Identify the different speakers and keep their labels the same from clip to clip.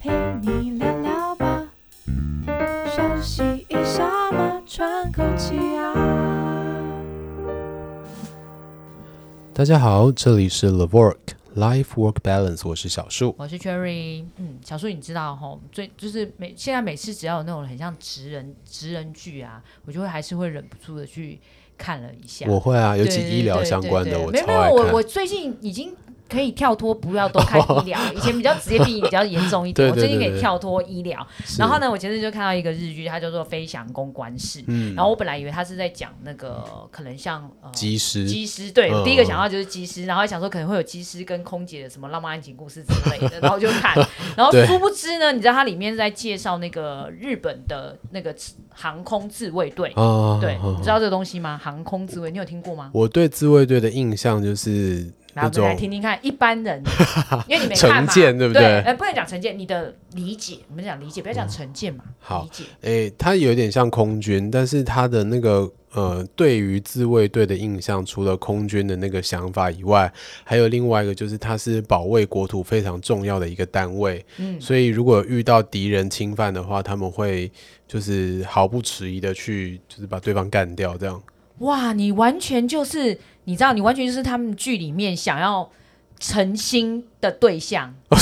Speaker 1: 陪你聊聊吧，休息一下嘛，喘口气啊。
Speaker 2: 大家好，这里是 The Work Life Work Balance，我是小树。
Speaker 3: 我是 Cherry，嗯，小树你知道吼，最就是每现在每次只要有那种很像职人职人剧啊，我就会还是会忍不住的去看了一下。
Speaker 2: 我会啊，尤
Speaker 3: 对
Speaker 2: 其
Speaker 3: 对
Speaker 2: 医疗
Speaker 3: 对
Speaker 2: 相
Speaker 3: 对
Speaker 2: 关
Speaker 3: 对
Speaker 2: 的，我
Speaker 3: 没有
Speaker 2: 超
Speaker 3: 没
Speaker 2: 爱
Speaker 3: 有，我
Speaker 2: 看
Speaker 3: 我。最近已经可以跳脱，不要多看医 疗，以前比较职业病比较严重一点，
Speaker 2: 对
Speaker 3: 我
Speaker 2: 对
Speaker 3: 最近
Speaker 2: 对
Speaker 3: 可
Speaker 2: 对
Speaker 3: 以跳脱医疗。
Speaker 2: 是
Speaker 3: 然后？呢，我前阵就看到一个日剧，它叫做《飞翔公关室》，
Speaker 2: 嗯，
Speaker 3: 然后我本来以为它是在讲那个可能像呃
Speaker 2: 及时
Speaker 3: 机师，对，
Speaker 2: 嗯
Speaker 3: 我第一个想到就是机师，然后还想说可能会有机师跟空姐的什么浪漫爱情故事之类的，然后我就 看，然后
Speaker 2: 对
Speaker 3: 殊不知呢，你知道它里面是在介绍那个日本的那个航空自卫队，
Speaker 2: 啊
Speaker 3: 对，
Speaker 2: 好好
Speaker 3: 你知道这个东西吗？航空自卫，你有听过吗？
Speaker 2: 我对自卫队的印象就是那
Speaker 3: 来，我们来
Speaker 2: 种
Speaker 3: 听听看，一般 人，因为你没看
Speaker 2: 成
Speaker 3: 嘛，
Speaker 2: 见对不对嗯
Speaker 3: 呃，不能讲成见，你的理解，我们讲理解，不要讲成见嘛，
Speaker 2: 好
Speaker 3: 理解。
Speaker 2: 诶，他有点像空军，但是他的那个呃，对于自卫队的印象，除了空军的那个想法以外，还有另外一个就是他是保卫国土非常重要的一个单位，
Speaker 3: 嗯
Speaker 2: 所以如果遇到敌人侵犯的话，他们会就是毫不迟疑的去就是把对方干掉，这样
Speaker 3: 哇，你完全就是，你知道，你完全就是他们剧里面想要澄清的对象，
Speaker 2: 哦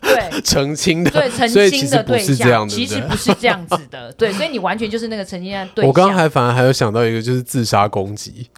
Speaker 3: 对。
Speaker 2: 澄清的，
Speaker 3: 对，澄
Speaker 2: 啊所以其
Speaker 3: 清
Speaker 2: 实
Speaker 3: 的
Speaker 2: 不
Speaker 3: 对
Speaker 2: 是
Speaker 3: 象
Speaker 2: 这样的，
Speaker 3: 其实
Speaker 2: 对
Speaker 3: 不是这样子的，对，所以你完全就是那个澄清的对象。
Speaker 2: 我刚刚还反而还有想到一个就是自杀攻击，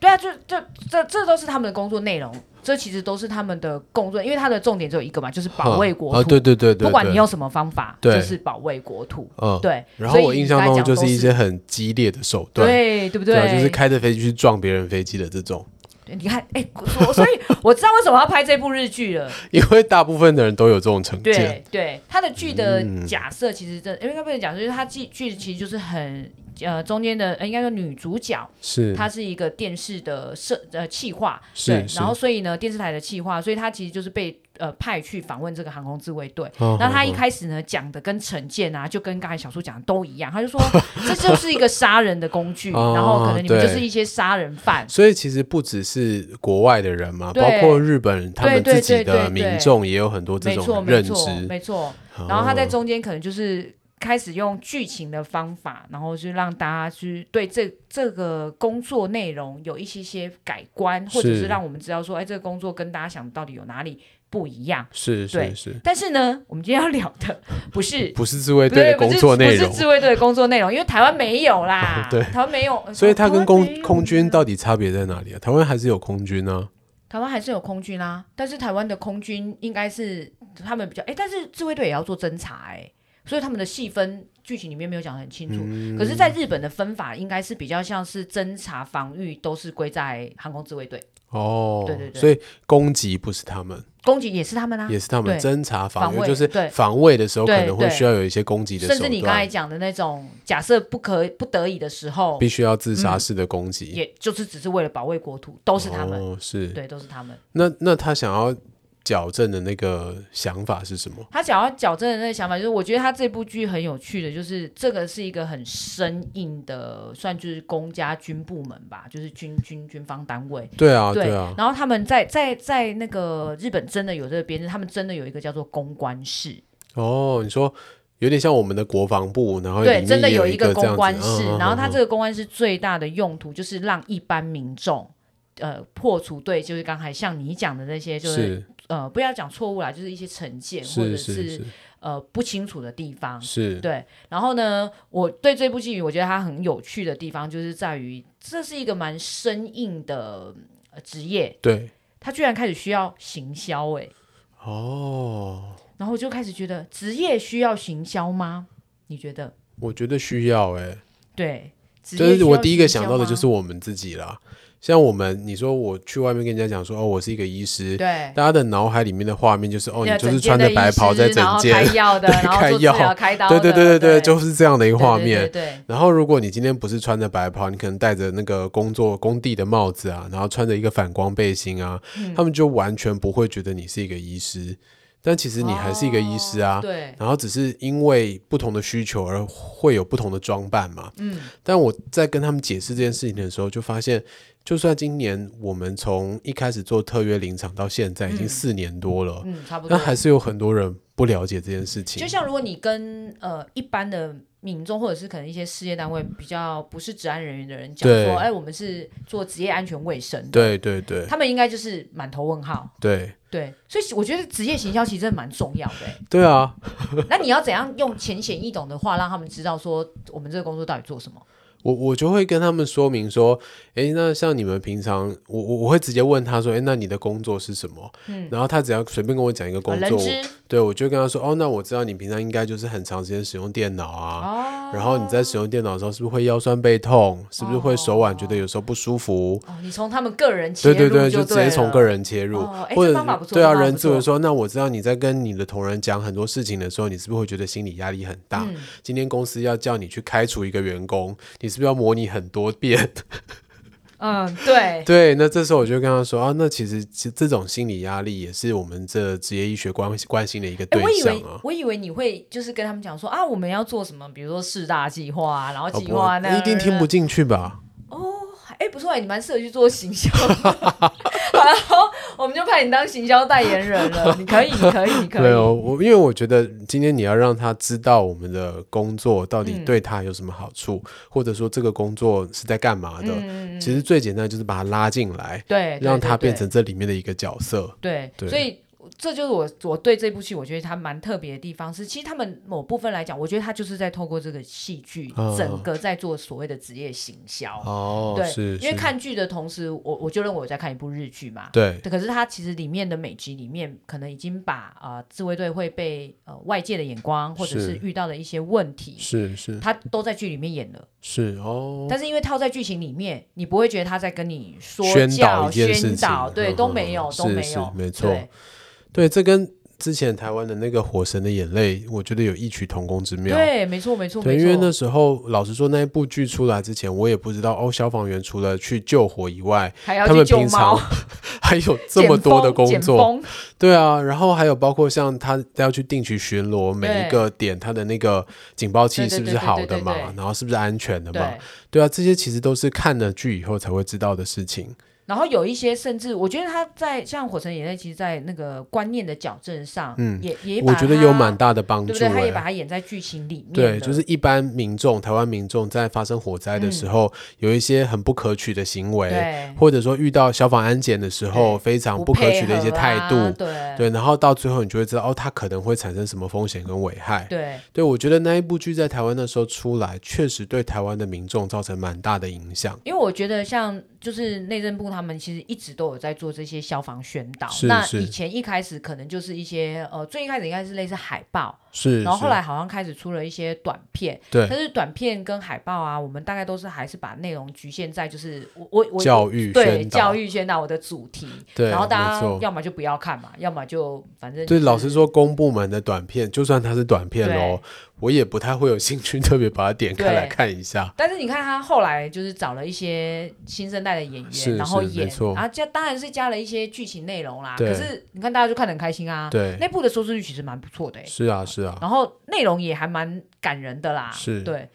Speaker 3: 对啊，就这这这都是他们的工作内容，这其实都是他们的工作，因为他的重点只有一个嘛，就是保卫国土。
Speaker 2: 啊，对对对对，
Speaker 3: 不管
Speaker 2: 对
Speaker 3: 你用什么方法，
Speaker 2: 对
Speaker 3: 就是保卫国土。
Speaker 2: 嗯。
Speaker 3: 对，
Speaker 2: 然后
Speaker 3: 所以
Speaker 2: 我印象
Speaker 3: 你刚
Speaker 2: 中
Speaker 3: 才讲
Speaker 2: 就
Speaker 3: 都
Speaker 2: 是
Speaker 3: 是
Speaker 2: 一些很激烈的手段，
Speaker 3: 对对不对？
Speaker 2: 啊，就是开着飞机去撞别人飞机的这种，
Speaker 3: 对你看，哎、我所以我知道为什么要拍这部日 剧了。
Speaker 2: 因为大部分的人都有这种成见。
Speaker 3: 对对，他的剧的
Speaker 2: 嗯
Speaker 3: 假设其实真，因为他不能讲，就是他剧剧其实就是很呃中间的，呃应该说女主角
Speaker 2: 是，
Speaker 3: 她是一个电视的设呃企划，
Speaker 2: 是
Speaker 3: 对，
Speaker 2: 是
Speaker 3: 然后所以呢电视台的企划，所以她其实就是被呃派去访问这个航空自卫队。
Speaker 2: 哦
Speaker 3: 那他一
Speaker 2: 哦
Speaker 3: 开始呢讲的跟陈建啊，就跟刚才小叔讲的都一样，他就说这就是一个杀人的工具，
Speaker 2: 哦
Speaker 3: 然后可能你们
Speaker 2: 对
Speaker 3: 就是一些杀人犯，
Speaker 2: 所以其实不只是国外的人嘛，
Speaker 3: 对
Speaker 2: 包括日本他们自
Speaker 3: 对对
Speaker 2: 己
Speaker 3: 对
Speaker 2: 的
Speaker 3: 对
Speaker 2: 民
Speaker 3: 对
Speaker 2: 众也有很多这
Speaker 3: 没错
Speaker 2: 种
Speaker 3: 没
Speaker 2: 认
Speaker 3: 错
Speaker 2: 知。
Speaker 3: 没错。
Speaker 2: 哦
Speaker 3: 然后他在中间可能就是开始用剧情的方法，然后就让大家去对这这个工作内容有一些些改观，或者
Speaker 2: 是
Speaker 3: 是让我们知道说，哎，这个工作跟大家想的到底有哪里不一样。
Speaker 2: 是是
Speaker 3: 对
Speaker 2: 是，
Speaker 3: 但是呢，我们今天要聊的 不是
Speaker 2: 不是自卫
Speaker 3: 不
Speaker 2: 队
Speaker 3: 是
Speaker 2: 的
Speaker 3: 不
Speaker 2: 工
Speaker 3: 是
Speaker 2: 作内
Speaker 3: 不
Speaker 2: 容
Speaker 3: 是，自卫队的工作内容，因为台湾没有啦
Speaker 2: ，对
Speaker 3: 台湾没有，呃
Speaker 2: 所以它
Speaker 3: 台湾
Speaker 2: 跟空
Speaker 3: 没有
Speaker 2: 空军到底差别在哪里啊？台湾还是有空军啊，
Speaker 3: 台湾还是有空军啊，但是台湾的空军应该是他们比较哎、但是自卫队也要做侦查哎、所以他们的细分剧情里面没有讲得很清楚。
Speaker 2: 嗯
Speaker 3: 可是，在日本的分法应该是比较像是侦查、防御都是归在航空自卫队，
Speaker 2: 哦，
Speaker 3: 对对对
Speaker 2: 所以攻击不是他们，
Speaker 3: 攻击也是他们啊。
Speaker 2: 也是他们
Speaker 3: 对
Speaker 2: 侦查防
Speaker 3: 防
Speaker 2: 御，
Speaker 3: 卫
Speaker 2: 就是
Speaker 3: 对
Speaker 2: 防卫的时候可
Speaker 3: 对
Speaker 2: 能会
Speaker 3: 对
Speaker 2: 需要有一些攻击的手
Speaker 3: 甚
Speaker 2: 段，
Speaker 3: 至你刚才讲的那种假设不可不得已的时候，
Speaker 2: 必须要自杀式的攻击，
Speaker 3: 嗯也就是只是为了保卫国土，都是他们，
Speaker 2: 哦、是
Speaker 3: 对，都是他们。
Speaker 2: 那那他想要矫正的那个想法是什么？
Speaker 3: 他想要矫正的那个想法，就是我觉得他这部剧很有趣的，就是这个是一个很生硬的，算就是公家军部门吧，就是军军军方单位。
Speaker 2: 对啊，
Speaker 3: 对
Speaker 2: 对啊，
Speaker 3: 然后他们在在在那个日本真的有这个编制，他们真的有一个叫做公关室，
Speaker 2: 哦，你说有点像我们的国防部，然后哦里
Speaker 3: 对，
Speaker 2: 面
Speaker 3: 真的
Speaker 2: 也有
Speaker 3: 一
Speaker 2: 个这
Speaker 3: 个
Speaker 2: 样
Speaker 3: 公
Speaker 2: 子
Speaker 3: 关室。
Speaker 2: 嗯嗯
Speaker 3: 然后它
Speaker 2: 嗯
Speaker 3: 这个公关室最大的用途就是让一般民众，呃，破除对，就是刚才像你讲的那些，就是
Speaker 2: 是
Speaker 3: 呃，不要讲错误啦，就是一些成见或
Speaker 2: 是
Speaker 3: 者
Speaker 2: 是
Speaker 3: 呃不清楚的地方。
Speaker 2: 是是
Speaker 3: 对，然后呢，我对这部剧我觉得它很有趣的地方，就是在于这是一个蛮生硬的呃职业，
Speaker 2: 对
Speaker 3: 它居然开始需要行销哎、
Speaker 2: 哦，
Speaker 3: 然后我就开始觉得职业需要行销吗？你觉得？
Speaker 2: 我觉得需要哎、
Speaker 3: 对，职业
Speaker 2: 就是
Speaker 3: 需
Speaker 2: 我
Speaker 3: 要
Speaker 2: 第一个想
Speaker 3: 行销
Speaker 2: 到的
Speaker 3: 吗
Speaker 2: 就是我们自己啦。像我们，你说我去外面跟人家讲说，哦，我是一个医师，
Speaker 3: 对。
Speaker 2: 大家的脑海里面的画面就是，哦，你
Speaker 3: 那
Speaker 2: 就
Speaker 3: 整
Speaker 2: 是
Speaker 3: 间
Speaker 2: 穿着
Speaker 3: 的医
Speaker 2: 白袍在
Speaker 3: 师然
Speaker 2: 整
Speaker 3: 后
Speaker 2: 间
Speaker 3: 开，药的，
Speaker 2: 对
Speaker 3: 然后
Speaker 2: 开
Speaker 3: 做治
Speaker 2: 药
Speaker 3: 疗、开刀
Speaker 2: 对
Speaker 3: 的，
Speaker 2: 对对对对，就是这样的一个
Speaker 3: 对
Speaker 2: 画
Speaker 3: 对
Speaker 2: 面
Speaker 3: 对。对
Speaker 2: 然后，如果你今天不是穿着白袍，你可能戴着那个工作工地的帽子啊，然后穿着一个反光背心啊，
Speaker 3: 嗯
Speaker 2: 他们就完全不会觉得你是一个医师。但其实你还是一个医师啊，
Speaker 3: 哦对，
Speaker 2: 然后只是因为不同的需求而会有不同的装扮嘛。
Speaker 3: 嗯，
Speaker 2: 但我在跟他们解释这件事情的时候，就发现就算今年我们从一开始做特约林场到现在已经
Speaker 3: 嗯
Speaker 2: 四年多了，
Speaker 3: 嗯，差不
Speaker 2: 那
Speaker 3: 多。
Speaker 2: 还是有很多人不了解这件事情。
Speaker 3: 就像如果你跟呃一般的民众，或者是可能一些事业单位比较不是治安人员的人讲
Speaker 2: 对
Speaker 3: 说，哎，我们是做职业安全卫生的，
Speaker 2: 对对对
Speaker 3: 他们应该就是满头问号。
Speaker 2: 对
Speaker 3: 对，所以我觉得职业行销其实真的蛮重要的欸。
Speaker 2: 对啊！
Speaker 3: 那你要怎样用浅显易懂的话让他们知道说我们这个工作到底做什么？
Speaker 2: 我我就会跟他们说明说，诶，那像你们平常，我我我会直接问他说，诶，那你的工作是什么？
Speaker 3: 嗯
Speaker 2: 然后他只要随便跟我讲一个
Speaker 3: 啊
Speaker 2: 工
Speaker 3: 人
Speaker 2: 作，
Speaker 3: 知
Speaker 2: 对我就跟他说，哦，那我知道你平常应该就是很长时间使用电脑啊，
Speaker 3: 哦
Speaker 2: 然后你在使用电脑的时候，是不是会腰酸背痛？是不是会手腕觉得有时候不舒服？
Speaker 3: 哦，你从他们个人切
Speaker 2: 对
Speaker 3: 入
Speaker 2: 对对，
Speaker 3: 就
Speaker 2: 直接从个
Speaker 3: 人
Speaker 2: 人切入，
Speaker 3: 哦诶
Speaker 2: 或
Speaker 3: 这
Speaker 2: 者
Speaker 3: 方法不错
Speaker 2: 对啊，
Speaker 3: 这方法
Speaker 2: 人
Speaker 3: 不
Speaker 2: 志文
Speaker 3: 错
Speaker 2: 说，那我知道你在跟你的同仁讲很多事情的时候，你是不是会觉得心理压力很大？
Speaker 3: 嗯
Speaker 2: 今天公司要叫你去开除一个员工，你是不是要模拟很多遍？
Speaker 3: 嗯，对，
Speaker 2: 对，那这时候我就跟他说啊，那其实其实这种心理压力也是我们这职业医学关关心的一个
Speaker 3: 哎
Speaker 2: 对
Speaker 3: 我以
Speaker 2: 象
Speaker 3: 为
Speaker 2: 啊。
Speaker 3: 我以为你会就是跟他们讲说啊，我们要做什么，比如说四大计划啊，然后
Speaker 2: 好
Speaker 3: 计
Speaker 2: 哦不
Speaker 3: 划
Speaker 2: 好
Speaker 3: 啊那样
Speaker 2: 一定听不
Speaker 3: 的
Speaker 2: 进去吧？
Speaker 3: 哦。哎，不错哎，你蛮适合去做行销的，然后我们就派你当行销代言人了。你可以，你可以，你可
Speaker 2: 对
Speaker 3: 以。
Speaker 2: 哦，我因为我觉得今天你要让他知道我们的工作到底
Speaker 3: 嗯
Speaker 2: 对他有什么好处，或者说这个工作是在干嘛的。
Speaker 3: 嗯，
Speaker 2: 其实最简单就是把他拉进来，
Speaker 3: 对，对
Speaker 2: 让他
Speaker 3: 对对
Speaker 2: 变成这里面的一个角色。
Speaker 3: 对，
Speaker 2: 对
Speaker 3: 所以这就是我我对这部戏我觉得它蛮特别的地方是，其实他们某部分来讲，我觉得他就是在透过这个戏剧，
Speaker 2: 嗯
Speaker 3: 整个在做所谓的职业行销。
Speaker 2: 哦
Speaker 3: 对，
Speaker 2: 是，
Speaker 3: 因为
Speaker 2: 是
Speaker 3: 看剧的同时，我我就认为我在看一部日剧嘛。
Speaker 2: 对
Speaker 3: 对，可是它其实里面的每集里面，可能已经把呃自卫队会被呃外界的眼光，或者
Speaker 2: 是
Speaker 3: 是遇到的一些问题，
Speaker 2: 是是
Speaker 3: 他都在剧里面演了。
Speaker 2: 是哦，
Speaker 3: 但是因为套在剧情里面，你不会觉得他在跟你说
Speaker 2: 宣导
Speaker 3: 教
Speaker 2: 一件事
Speaker 3: 宣
Speaker 2: 情
Speaker 3: 导，对，
Speaker 2: 嗯
Speaker 3: 都
Speaker 2: 嗯
Speaker 3: 没有
Speaker 2: 嗯，
Speaker 3: 都
Speaker 2: 是
Speaker 3: 没
Speaker 2: 是
Speaker 3: 有，
Speaker 2: 没错
Speaker 3: 对
Speaker 2: 对，这跟之前台湾的那个《火神的眼泪》，我觉得有异曲同工之妙。
Speaker 3: 对，没错，没错，
Speaker 2: 对，
Speaker 3: 没
Speaker 2: 因为
Speaker 3: 错
Speaker 2: 那时候老实说，那一部剧出来之前，我也不知道哦，消防员除了去救火以外，
Speaker 3: 还要
Speaker 2: 他
Speaker 3: 去
Speaker 2: 们
Speaker 3: 救
Speaker 2: 平常
Speaker 3: 猫，
Speaker 2: 还有这么多的工
Speaker 3: 捡
Speaker 2: 作，
Speaker 3: 风，捡风
Speaker 2: 对啊，然后还有包括像他要去定期巡逻，每一个点他的那个警报器
Speaker 3: 对对
Speaker 2: 是不
Speaker 3: 对
Speaker 2: 是
Speaker 3: 对
Speaker 2: 好
Speaker 3: 对
Speaker 2: 的
Speaker 3: 对
Speaker 2: 嘛
Speaker 3: 对，
Speaker 2: 然后是不是安全的嘛
Speaker 3: 对，。
Speaker 2: 对啊，这些其实都是看了剧以后才会知道的事情。
Speaker 3: 然后有一些甚至，我觉得他在像《火神眼泪》，其实，在那个观念的矫正上，
Speaker 2: 嗯
Speaker 3: 也也
Speaker 2: 我
Speaker 3: 把
Speaker 2: 觉得
Speaker 3: 它
Speaker 2: 有蛮大的帮
Speaker 3: 对
Speaker 2: 助、欸，
Speaker 3: 不对？他也把它演在剧情里面
Speaker 2: 对，
Speaker 3: 了
Speaker 2: 就是一般民众，台湾民众在发生火灾的时候，有一些很不可取的行为，
Speaker 3: 嗯对
Speaker 2: 或者说遇到消防安检的时候
Speaker 3: 对
Speaker 2: 非常不可取的一些态度，
Speaker 3: 不配合啊对
Speaker 2: 对，然后到最后你就会知道，哦，它可能会产生什么风险跟危害。
Speaker 3: 对
Speaker 2: 对，我觉得那一部剧在台湾那时候出来，确实对台湾的民众造成蛮大的影响。
Speaker 3: 因为我觉得像就是内政部他们其实一直都有在做这些消防宣导。
Speaker 2: 是
Speaker 3: 那
Speaker 2: 是
Speaker 3: 以前一开始可能就是一些呃，最一开始应该是类似海报，
Speaker 2: 是，
Speaker 3: 然后后
Speaker 2: 是
Speaker 3: 来好像开始出了一些短片。
Speaker 2: 对
Speaker 3: 但是短片跟海报啊，我们大概都是还是把内容局限在就是我我我
Speaker 2: 教育
Speaker 3: 对
Speaker 2: 宣导
Speaker 3: 教育宣导我的主题，
Speaker 2: 对，
Speaker 3: 然后大
Speaker 2: 没
Speaker 3: 家
Speaker 2: 错
Speaker 3: 要么就不要看嘛，要么就反正、
Speaker 2: 对，老实，说，公部门的短片，就算它是短片哦，我也不太会有兴趣 特别把它点开来
Speaker 3: 对
Speaker 2: 看一下。
Speaker 3: 但是你看他后来就是找了一些新生代的演
Speaker 2: 是
Speaker 3: 员，然后
Speaker 2: 是
Speaker 3: 演
Speaker 2: 没错，
Speaker 3: 然后加当然是加了一些剧情内容啦。
Speaker 2: 对
Speaker 3: 可是你看大家就看得很开心啊。
Speaker 2: 对，
Speaker 3: 那部的收视率其实蛮不错的、欸，
Speaker 2: 是啊，是啊。
Speaker 3: 然后内容也还蛮感人的啦。
Speaker 2: 是
Speaker 3: 对，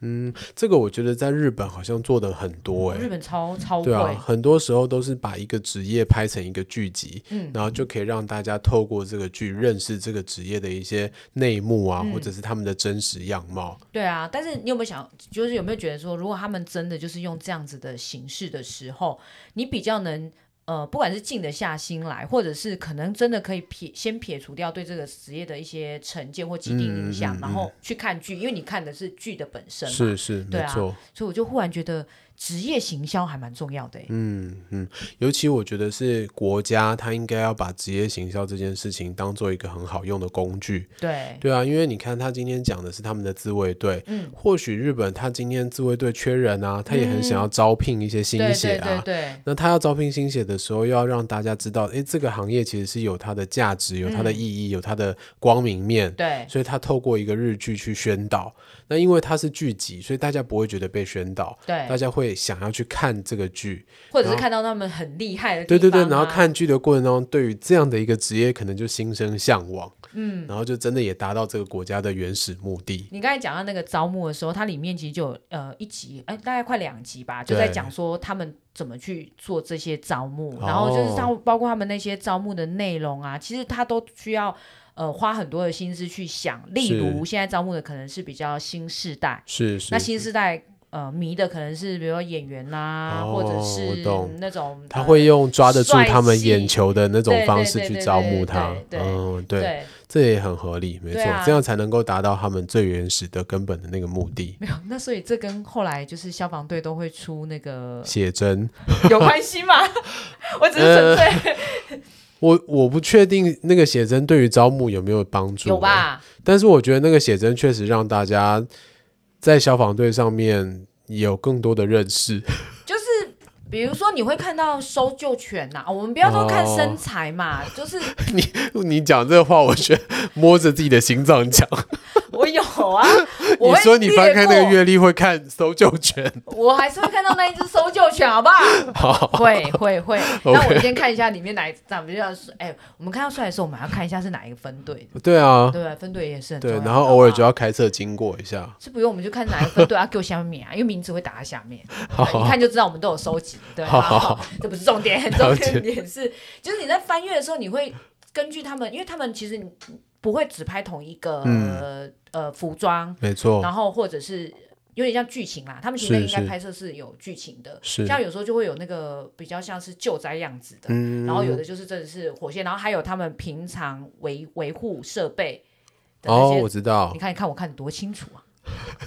Speaker 2: 嗯，这个我觉得在日本好像做的很多哎、
Speaker 3: 嗯哦日本超超会
Speaker 2: 对，啊，很多时候都是把一个职业拍成一个剧集，
Speaker 3: 嗯
Speaker 2: 然后就可以让大家透过这个剧认识这个职业的一些内幕啊，
Speaker 3: 嗯
Speaker 2: 或者是他们的真实样貌。
Speaker 3: 对啊，但是你有没有想，就是有没有觉得说，如果他们真的就是用这样子的形式的时候，你比较能呃，不管是静得下心来，或者是可能真的可以撇先撇除掉对这个职业的一些成见或既定影
Speaker 2: 嗯嗯
Speaker 3: 响，
Speaker 2: 嗯嗯
Speaker 3: 然后去看剧，因为你看的是剧的本身嘛，
Speaker 2: 是是，没
Speaker 3: 对啊
Speaker 2: 错。
Speaker 3: 所以我就忽然觉得职业行销还蛮重要的欸、
Speaker 2: 嗯嗯，尤其我觉得是国家，它应该要把职业行销这件事情当做一个很好用的工具。
Speaker 3: 对，
Speaker 2: 对啊，因为你看他今天讲的是他们的自卫队。
Speaker 3: 嗯，
Speaker 2: 或许日本他今天自卫队缺人啊，他也很想要招聘一些新
Speaker 3: 嗯对
Speaker 2: 血
Speaker 3: 对
Speaker 2: 啊，
Speaker 3: 对对，
Speaker 2: 那他要招聘新血的时候，要让大家知道，诶，这个行业其实是有它的价值、有它的
Speaker 3: 嗯
Speaker 2: 意义、有它的光明面。
Speaker 3: 对
Speaker 2: 所以他透过一个日剧去宣导。那因为它是剧集，所以大家不会觉得被宣导，
Speaker 3: 对
Speaker 2: 大家会会想要去看这个剧，
Speaker 3: 或者是
Speaker 2: 然后
Speaker 3: 看到他们很厉害的
Speaker 2: 对
Speaker 3: 地方、啊，
Speaker 2: 对对，然后看剧的过程当中，对于这样的一个职业，可能就心生向往，
Speaker 3: 嗯，
Speaker 2: 然后就真的也达到这个国家的原始目的。
Speaker 3: 你刚才讲到那个招募的时候，它里面其实就有呃一集，哎、大概快两集吧，就在
Speaker 2: 对
Speaker 3: 讲说他们怎么去做这些招募，
Speaker 2: 哦
Speaker 3: 然后就是招包括他们那些招募的内容啊，其实他都需要呃花很多的心思去想。例
Speaker 2: 是
Speaker 3: 如现在招募的可能是比较新世代，
Speaker 2: 是是，
Speaker 3: 那新世代呃迷的可能是比如说演员啦、
Speaker 2: 哦
Speaker 3: 或者
Speaker 2: 我
Speaker 3: 是
Speaker 2: 懂
Speaker 3: 那种
Speaker 2: 他
Speaker 3: 呃
Speaker 2: 会用抓得住他们眼球的那
Speaker 3: 帅
Speaker 2: 种
Speaker 3: 气
Speaker 2: 方式
Speaker 3: 对对
Speaker 2: 去
Speaker 3: 对
Speaker 2: 招募他
Speaker 3: 对对。对
Speaker 2: 嗯，对，
Speaker 3: 呃对
Speaker 2: 这也很合理，没错
Speaker 3: 对啊，
Speaker 2: 这样才能够达到他们最原始的根本的那个目的。
Speaker 3: 没有，那所以这跟后来就是消防队都会出那 个
Speaker 2: 写真，
Speaker 3: 有关系吗？ 我只是纯粹、
Speaker 2: 呃我我不确定那个写真对于招募有没有帮助，欸
Speaker 3: 有？吧？
Speaker 2: 但是我觉得那个写真确实让大家在消防队上面有更多的认识。
Speaker 3: 就是比如说你会看到搜救犬呐、我们不要说看
Speaker 2: 哦
Speaker 3: 身材嘛，就是
Speaker 2: 你讲这话，我觉得摸着自己的心脏讲。，
Speaker 3: 我有啊 我
Speaker 2: 你
Speaker 3: 会
Speaker 2: 说你翻开那个
Speaker 3: 略
Speaker 2: 阅历会看搜救犬，
Speaker 3: 过，我还是会看到那一只搜救犬，好不好？
Speaker 2: 好，
Speaker 3: 会会会。那
Speaker 2: 哦 OK
Speaker 3: 我先看一下里面哪一站，比如说是，哎，我们看到帅的时候，我们还要看一下是哪一个分队，
Speaker 2: 对啊，
Speaker 3: 对，分队也是很重
Speaker 2: 对，
Speaker 3: 要的。
Speaker 2: 然后偶尔就
Speaker 3: 好不好。
Speaker 2: 要开车经过一下。
Speaker 3: 是不用，我们就看哪一个 分队要给我下面啊，因为名字会打在下面，对一看就知道我们都有收集，对
Speaker 2: 好
Speaker 3: 吧？
Speaker 2: 好
Speaker 3: 好 这不是重点，
Speaker 2: 了
Speaker 3: 重
Speaker 2: 解
Speaker 3: 点是就是你在翻阅的时候，你会根据他们，因为他们其实不会只拍同一个、
Speaker 2: 嗯
Speaker 3: 呃服装，
Speaker 2: 没错，
Speaker 3: 然后或者是有点像剧情啦，他们其实
Speaker 2: 是
Speaker 3: 应该
Speaker 2: 是
Speaker 3: 拍摄是有剧情的，
Speaker 2: 是
Speaker 3: 像有时候就会有那个比较像是救灾样子的，
Speaker 2: 嗯
Speaker 3: 然后有的就是真的是火线，然后还有他们平常维维护设备的那
Speaker 2: 哦，
Speaker 3: 些
Speaker 2: 我知道
Speaker 3: 你，看，你看，我看得多清楚啊，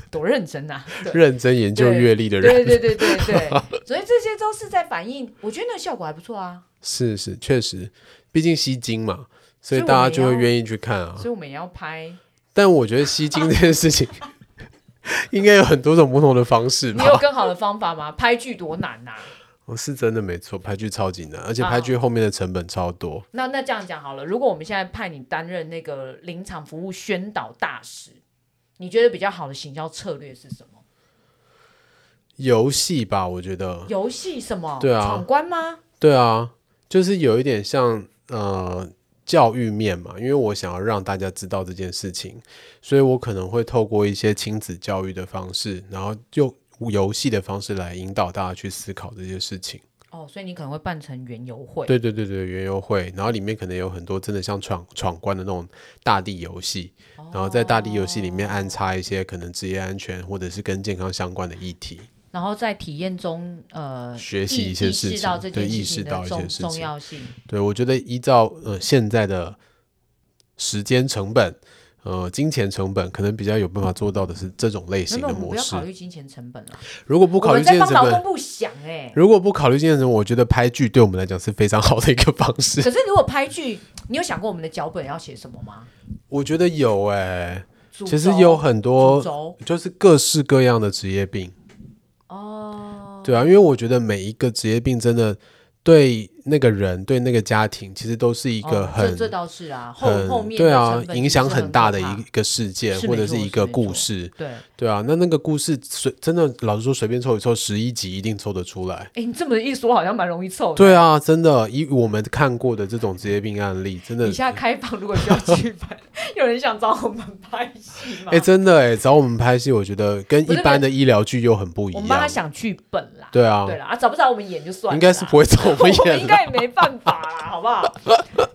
Speaker 3: 多认真啊！对
Speaker 2: 认真研究阅历的人
Speaker 3: 对对对对 对，所以这些都是在反映，我觉得那个效果还不错 啊，
Speaker 2: 是是确实，毕竟吸睛嘛，所
Speaker 3: 所
Speaker 2: 以
Speaker 3: 以我
Speaker 2: 大家
Speaker 3: 们
Speaker 2: 就会
Speaker 3: 要
Speaker 2: 愿意去看啊。
Speaker 3: 所以我们也要拍。
Speaker 2: 但我觉得吸睛这件事情， 应该有很多种不同的方式
Speaker 3: 你有
Speaker 2: 吧。
Speaker 3: 更好的方法吗？拍剧多难啊呐、
Speaker 2: 我是真的没错，拍剧超级难，而且拍剧后面的成本超多。
Speaker 3: 那那这样讲好了，如果我们现在派你担任那个临场服务宣导大使，你觉得比较好的行销策略是什么？
Speaker 2: 游戏吧，我觉得，
Speaker 3: 游戏什么？
Speaker 2: 嗯对啊
Speaker 3: 闯关吗？
Speaker 2: 对啊，就是有一点像呃教育面嘛，因为我想要让大家知道这件事情，所以我可能会透过一些亲子教育的方式，然后用游戏的方式来引导大家去思考这些事情。
Speaker 3: 哦，所以你可能会办成园游会。
Speaker 2: 对对对对，园游会，然后里面可能有很多真的像闯闯关的那种大地游戏，然后在大地游戏里面安插一些可能职业安全或者是跟健康相关的议题。
Speaker 3: 然后在体验中，呃，
Speaker 2: 学习
Speaker 3: 意
Speaker 2: 一些
Speaker 3: 意
Speaker 2: 事
Speaker 3: 识
Speaker 2: 情
Speaker 3: 到这
Speaker 2: 对
Speaker 3: 件
Speaker 2: 意识
Speaker 3: 事情
Speaker 2: 到
Speaker 3: 的
Speaker 2: 一
Speaker 3: 重
Speaker 2: 些事
Speaker 3: 重
Speaker 2: 情
Speaker 3: 要性。
Speaker 2: 对我觉得依照呃现在的时间成本。呃，金钱成本可能比较有办法做到的是这种类
Speaker 3: 那
Speaker 2: 型
Speaker 3: 么
Speaker 2: 的
Speaker 3: 我们
Speaker 2: 模
Speaker 3: 不要
Speaker 2: 式
Speaker 3: 考。虑金钱成本了，啊
Speaker 2: 如果不
Speaker 3: 我
Speaker 2: 考虑
Speaker 3: 们
Speaker 2: 金
Speaker 3: 在
Speaker 2: 钱
Speaker 3: 帮
Speaker 2: 成
Speaker 3: 劳
Speaker 2: 本
Speaker 3: 工，部想哎、
Speaker 2: 如果不考虑金钱成本，我觉得拍剧对我们来讲是非常好 的一个方式。
Speaker 3: 可是如果拍剧，你有想过我们的脚本要写什么吗？
Speaker 2: 我觉得有哎、
Speaker 3: 主
Speaker 2: 其实
Speaker 3: 轴
Speaker 2: 有很多
Speaker 3: 主轴
Speaker 2: 就是各式各样的职业病，
Speaker 3: 哦，
Speaker 2: 对啊，因为我觉得每一个职业病真的对那个人、对那个家庭，其实都是一个
Speaker 3: 哦
Speaker 2: 很、
Speaker 3: 这这倒是啊，后
Speaker 2: 很
Speaker 3: 后面的
Speaker 2: 对啊
Speaker 3: 成本
Speaker 2: 影响
Speaker 3: 是很
Speaker 2: 很大的
Speaker 3: 可怕
Speaker 2: 一个事件
Speaker 3: 是
Speaker 2: 或者
Speaker 3: 没
Speaker 2: 是
Speaker 3: 错
Speaker 2: 一
Speaker 3: 是
Speaker 2: 个
Speaker 3: 没
Speaker 2: 故
Speaker 3: 错
Speaker 2: 事，
Speaker 3: 对。
Speaker 2: 对啊，那那个故事随真的老实说随便凑一凑十一集一定凑得出来。
Speaker 3: 哎，你这么一说，好像蛮容易凑的。
Speaker 2: 对啊，真的，以我们看过的这种职业病案例，真的
Speaker 3: 以，下开放，如果需要剧本， 有人想找我们拍戏吗
Speaker 2: 哎、？真的哎、找我们拍戏，我觉得跟
Speaker 3: 不
Speaker 2: 一
Speaker 3: 是
Speaker 2: 般的医疗剧又很不一
Speaker 3: 我
Speaker 2: 样
Speaker 3: 们。帮他想剧本啦。
Speaker 2: 对啊，
Speaker 3: 对啦，啊，找不找我们演就算了啦。
Speaker 2: 应该是不会找我们
Speaker 3: 我们
Speaker 2: 演
Speaker 3: 应
Speaker 2: 啦
Speaker 3: 该也没办法啦， 好不好？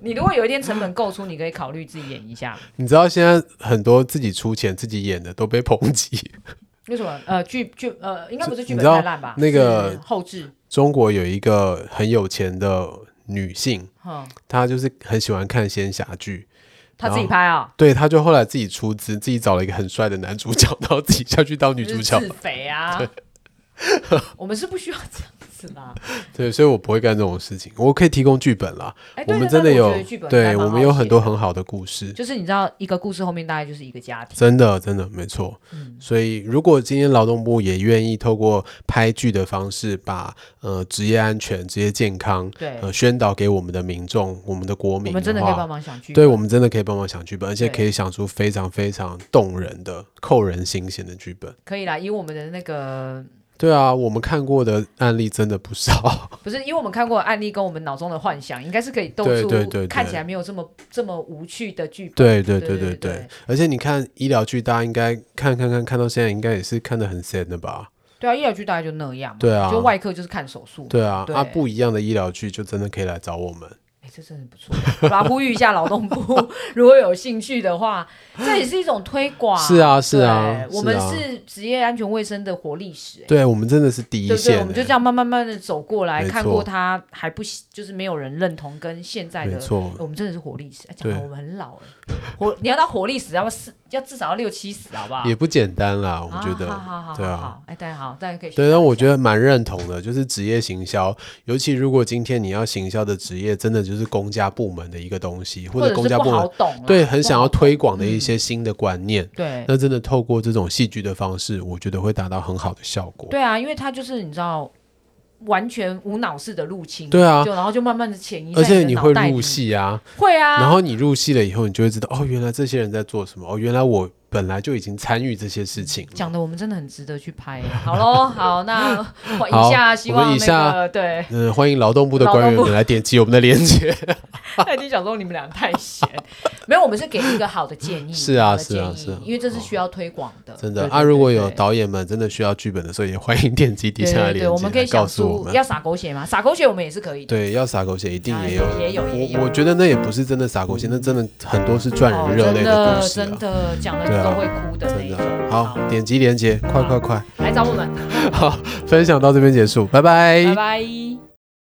Speaker 3: 你如果有一天成本够出，你可以考虑自己演一下。
Speaker 2: 你知道现在很多自己出钱自己演的都被抨击。
Speaker 3: 为什么？呃，剧剧呃，应该不是剧
Speaker 2: 你
Speaker 3: 本
Speaker 2: 知道
Speaker 3: 太烂吧？
Speaker 2: 那个
Speaker 3: 是后置，
Speaker 2: 中国有一个很有钱的女性，
Speaker 3: 哼，
Speaker 2: 她就是很喜欢看仙侠剧，
Speaker 3: 他自己拍啊，
Speaker 2: 对，她就后来自己出资，自己找了一个很帅的男主角， 然后自己下去当女
Speaker 3: 就
Speaker 2: 主
Speaker 3: 是
Speaker 2: 角。
Speaker 3: 自肥啊。 我们是不需要这样子 啦。
Speaker 2: 对，所以我不会干这种事情，我可以提供剧本啦。
Speaker 3: 哎，对
Speaker 2: 我们
Speaker 3: 对
Speaker 2: 真的
Speaker 3: 对我
Speaker 2: 有
Speaker 3: 觉得剧，本
Speaker 2: 对
Speaker 3: 还蛮
Speaker 2: 我
Speaker 3: 好
Speaker 2: 们有很
Speaker 3: 写
Speaker 2: 多
Speaker 3: 的
Speaker 2: 很好的故事，
Speaker 3: 就是你知道，一个故事后面大概就是一个家庭。
Speaker 2: 真的真的没错。
Speaker 3: 嗯
Speaker 2: 所以如果今天劳动部也愿意透过拍剧的方式把，呃职业安全、职业健康
Speaker 3: 对，
Speaker 2: 呃宣导给我们的民众、我们的国
Speaker 3: 我
Speaker 2: 民
Speaker 3: 们真的可以
Speaker 2: 话
Speaker 3: 帮忙想剧本。
Speaker 2: 对，我们真的可以帮忙想剧本，而且
Speaker 3: 对
Speaker 2: 可以想出非常非常动人的、扣人心弦的剧本。
Speaker 3: 可以啦，以我们的那个
Speaker 2: 对啊，我们看过的案例真的不 少。
Speaker 3: 不是因为我们看过的案例跟我们脑中的幻想，应该是可以斗
Speaker 2: 对
Speaker 3: 出
Speaker 2: 对对对
Speaker 3: 看起来没有这么这么无趣的剧本。
Speaker 2: 对对对
Speaker 3: 对
Speaker 2: 对
Speaker 3: 对
Speaker 2: 对，而且你看医疗剧，大家应该看看看看到现在，应该也是看得很 sad 的吧？
Speaker 3: 对啊，医疗剧大概就那样嘛。
Speaker 2: 对啊
Speaker 3: 就外科就是看手术。
Speaker 2: 对啊，
Speaker 3: 对
Speaker 2: 啊不一样的医疗剧就真的可以来找我们。
Speaker 3: 哎，这真的不错。 好啦，呼吁一下劳动部， 如果有兴趣的话，这也是一种推广。
Speaker 2: 是啊是啊
Speaker 3: 对我们
Speaker 2: 是啊
Speaker 3: 是职业安全卫生的活历史、哎
Speaker 2: 对我们真的是第一
Speaker 3: 对不对？我
Speaker 2: 线
Speaker 3: 们就这
Speaker 2: 欸，
Speaker 3: 样慢慢慢的走过来，
Speaker 2: 没错
Speaker 3: 看过它还不喜就是没有人认同，跟现在
Speaker 2: 没
Speaker 3: 的
Speaker 2: 错。
Speaker 3: 我们真的是活历史，哎讲的
Speaker 2: 对
Speaker 3: 我们很老了。活 你要到活历史，要四要至少要六七十，好不好？
Speaker 2: 也不简单啦，我
Speaker 3: 啊
Speaker 2: 觉得。
Speaker 3: 好好好，
Speaker 2: 对啊
Speaker 3: 好好，哎，大家好，大家可以
Speaker 2: 对，但啊我觉
Speaker 3: 得
Speaker 2: 得蛮认同的，就是职业行销，尤其如果今天你要行销的职业，真的就是公家部门的一个东西，或
Speaker 3: 或
Speaker 2: 者
Speaker 3: 者
Speaker 2: 公
Speaker 3: 是
Speaker 2: 家
Speaker 3: 不
Speaker 2: 部
Speaker 3: 好
Speaker 2: 门
Speaker 3: 懂啊，
Speaker 2: 对很想要
Speaker 3: 不好嗯
Speaker 2: 推广的一些新的观念，
Speaker 3: 对
Speaker 2: 那真的透过这种戏剧的方式，我觉得会达到很好的效果。
Speaker 3: 对啊，因为它就是你知道完全无脑式的入侵，
Speaker 2: 对啊
Speaker 3: 就然后就慢慢的潜移在
Speaker 2: 而且
Speaker 3: 你
Speaker 2: 你
Speaker 3: 的
Speaker 2: 会
Speaker 3: 脑袋
Speaker 2: 入
Speaker 3: 里，
Speaker 2: 戏啊，
Speaker 3: 会啊，
Speaker 2: 然后你入戏了以后，你就会知道哦，原来这些人在做什么，哦，原来我本来就已经参与这些事情了。
Speaker 3: 讲的我们真的很值得去拍。 好喽，好，那我
Speaker 2: 好
Speaker 3: 以下希
Speaker 2: 我
Speaker 3: 望
Speaker 2: 们以
Speaker 3: 那
Speaker 2: 下
Speaker 3: 个对，
Speaker 2: 嗯，欢迎劳动部的
Speaker 3: 劳
Speaker 2: 官员
Speaker 3: 动部
Speaker 2: 们来点击我们的链接。
Speaker 3: 他已经想说你们俩太闲，没有，我们是给一个好的建议，
Speaker 2: 是啊
Speaker 3: 好的
Speaker 2: 是啊
Speaker 3: 建议
Speaker 2: 是啊
Speaker 3: 因为这是需要推广的，
Speaker 2: 真
Speaker 3: 对
Speaker 2: 的
Speaker 3: 对
Speaker 2: 啊，如果有
Speaker 3: 对
Speaker 2: 导演们真的需要剧本的时候，也欢迎点击底
Speaker 3: 对
Speaker 2: 下的
Speaker 3: 对
Speaker 2: 链
Speaker 3: 对
Speaker 2: 接，
Speaker 3: 对，我们可以
Speaker 2: 告
Speaker 3: 想
Speaker 2: 诉我
Speaker 3: 出
Speaker 2: 们。
Speaker 3: 要撒狗血吗？撒狗血我们也是可以的，
Speaker 2: 对，要撒狗血一定
Speaker 3: 啊
Speaker 2: 也有，
Speaker 3: 也有也有
Speaker 2: 我我觉得那也不是真的撒狗血，那真的很多是赚
Speaker 3: 哦，
Speaker 2: 人热泪故事、
Speaker 3: 真的真
Speaker 2: 啊。
Speaker 3: 的讲的
Speaker 2: 对啊
Speaker 3: 都会哭的那
Speaker 2: 真
Speaker 3: 一
Speaker 2: 的
Speaker 3: 种。
Speaker 2: 好，点击链接，快快快！
Speaker 3: 来找我们，
Speaker 2: 好，分享到这边结束，拜
Speaker 3: 拜拜。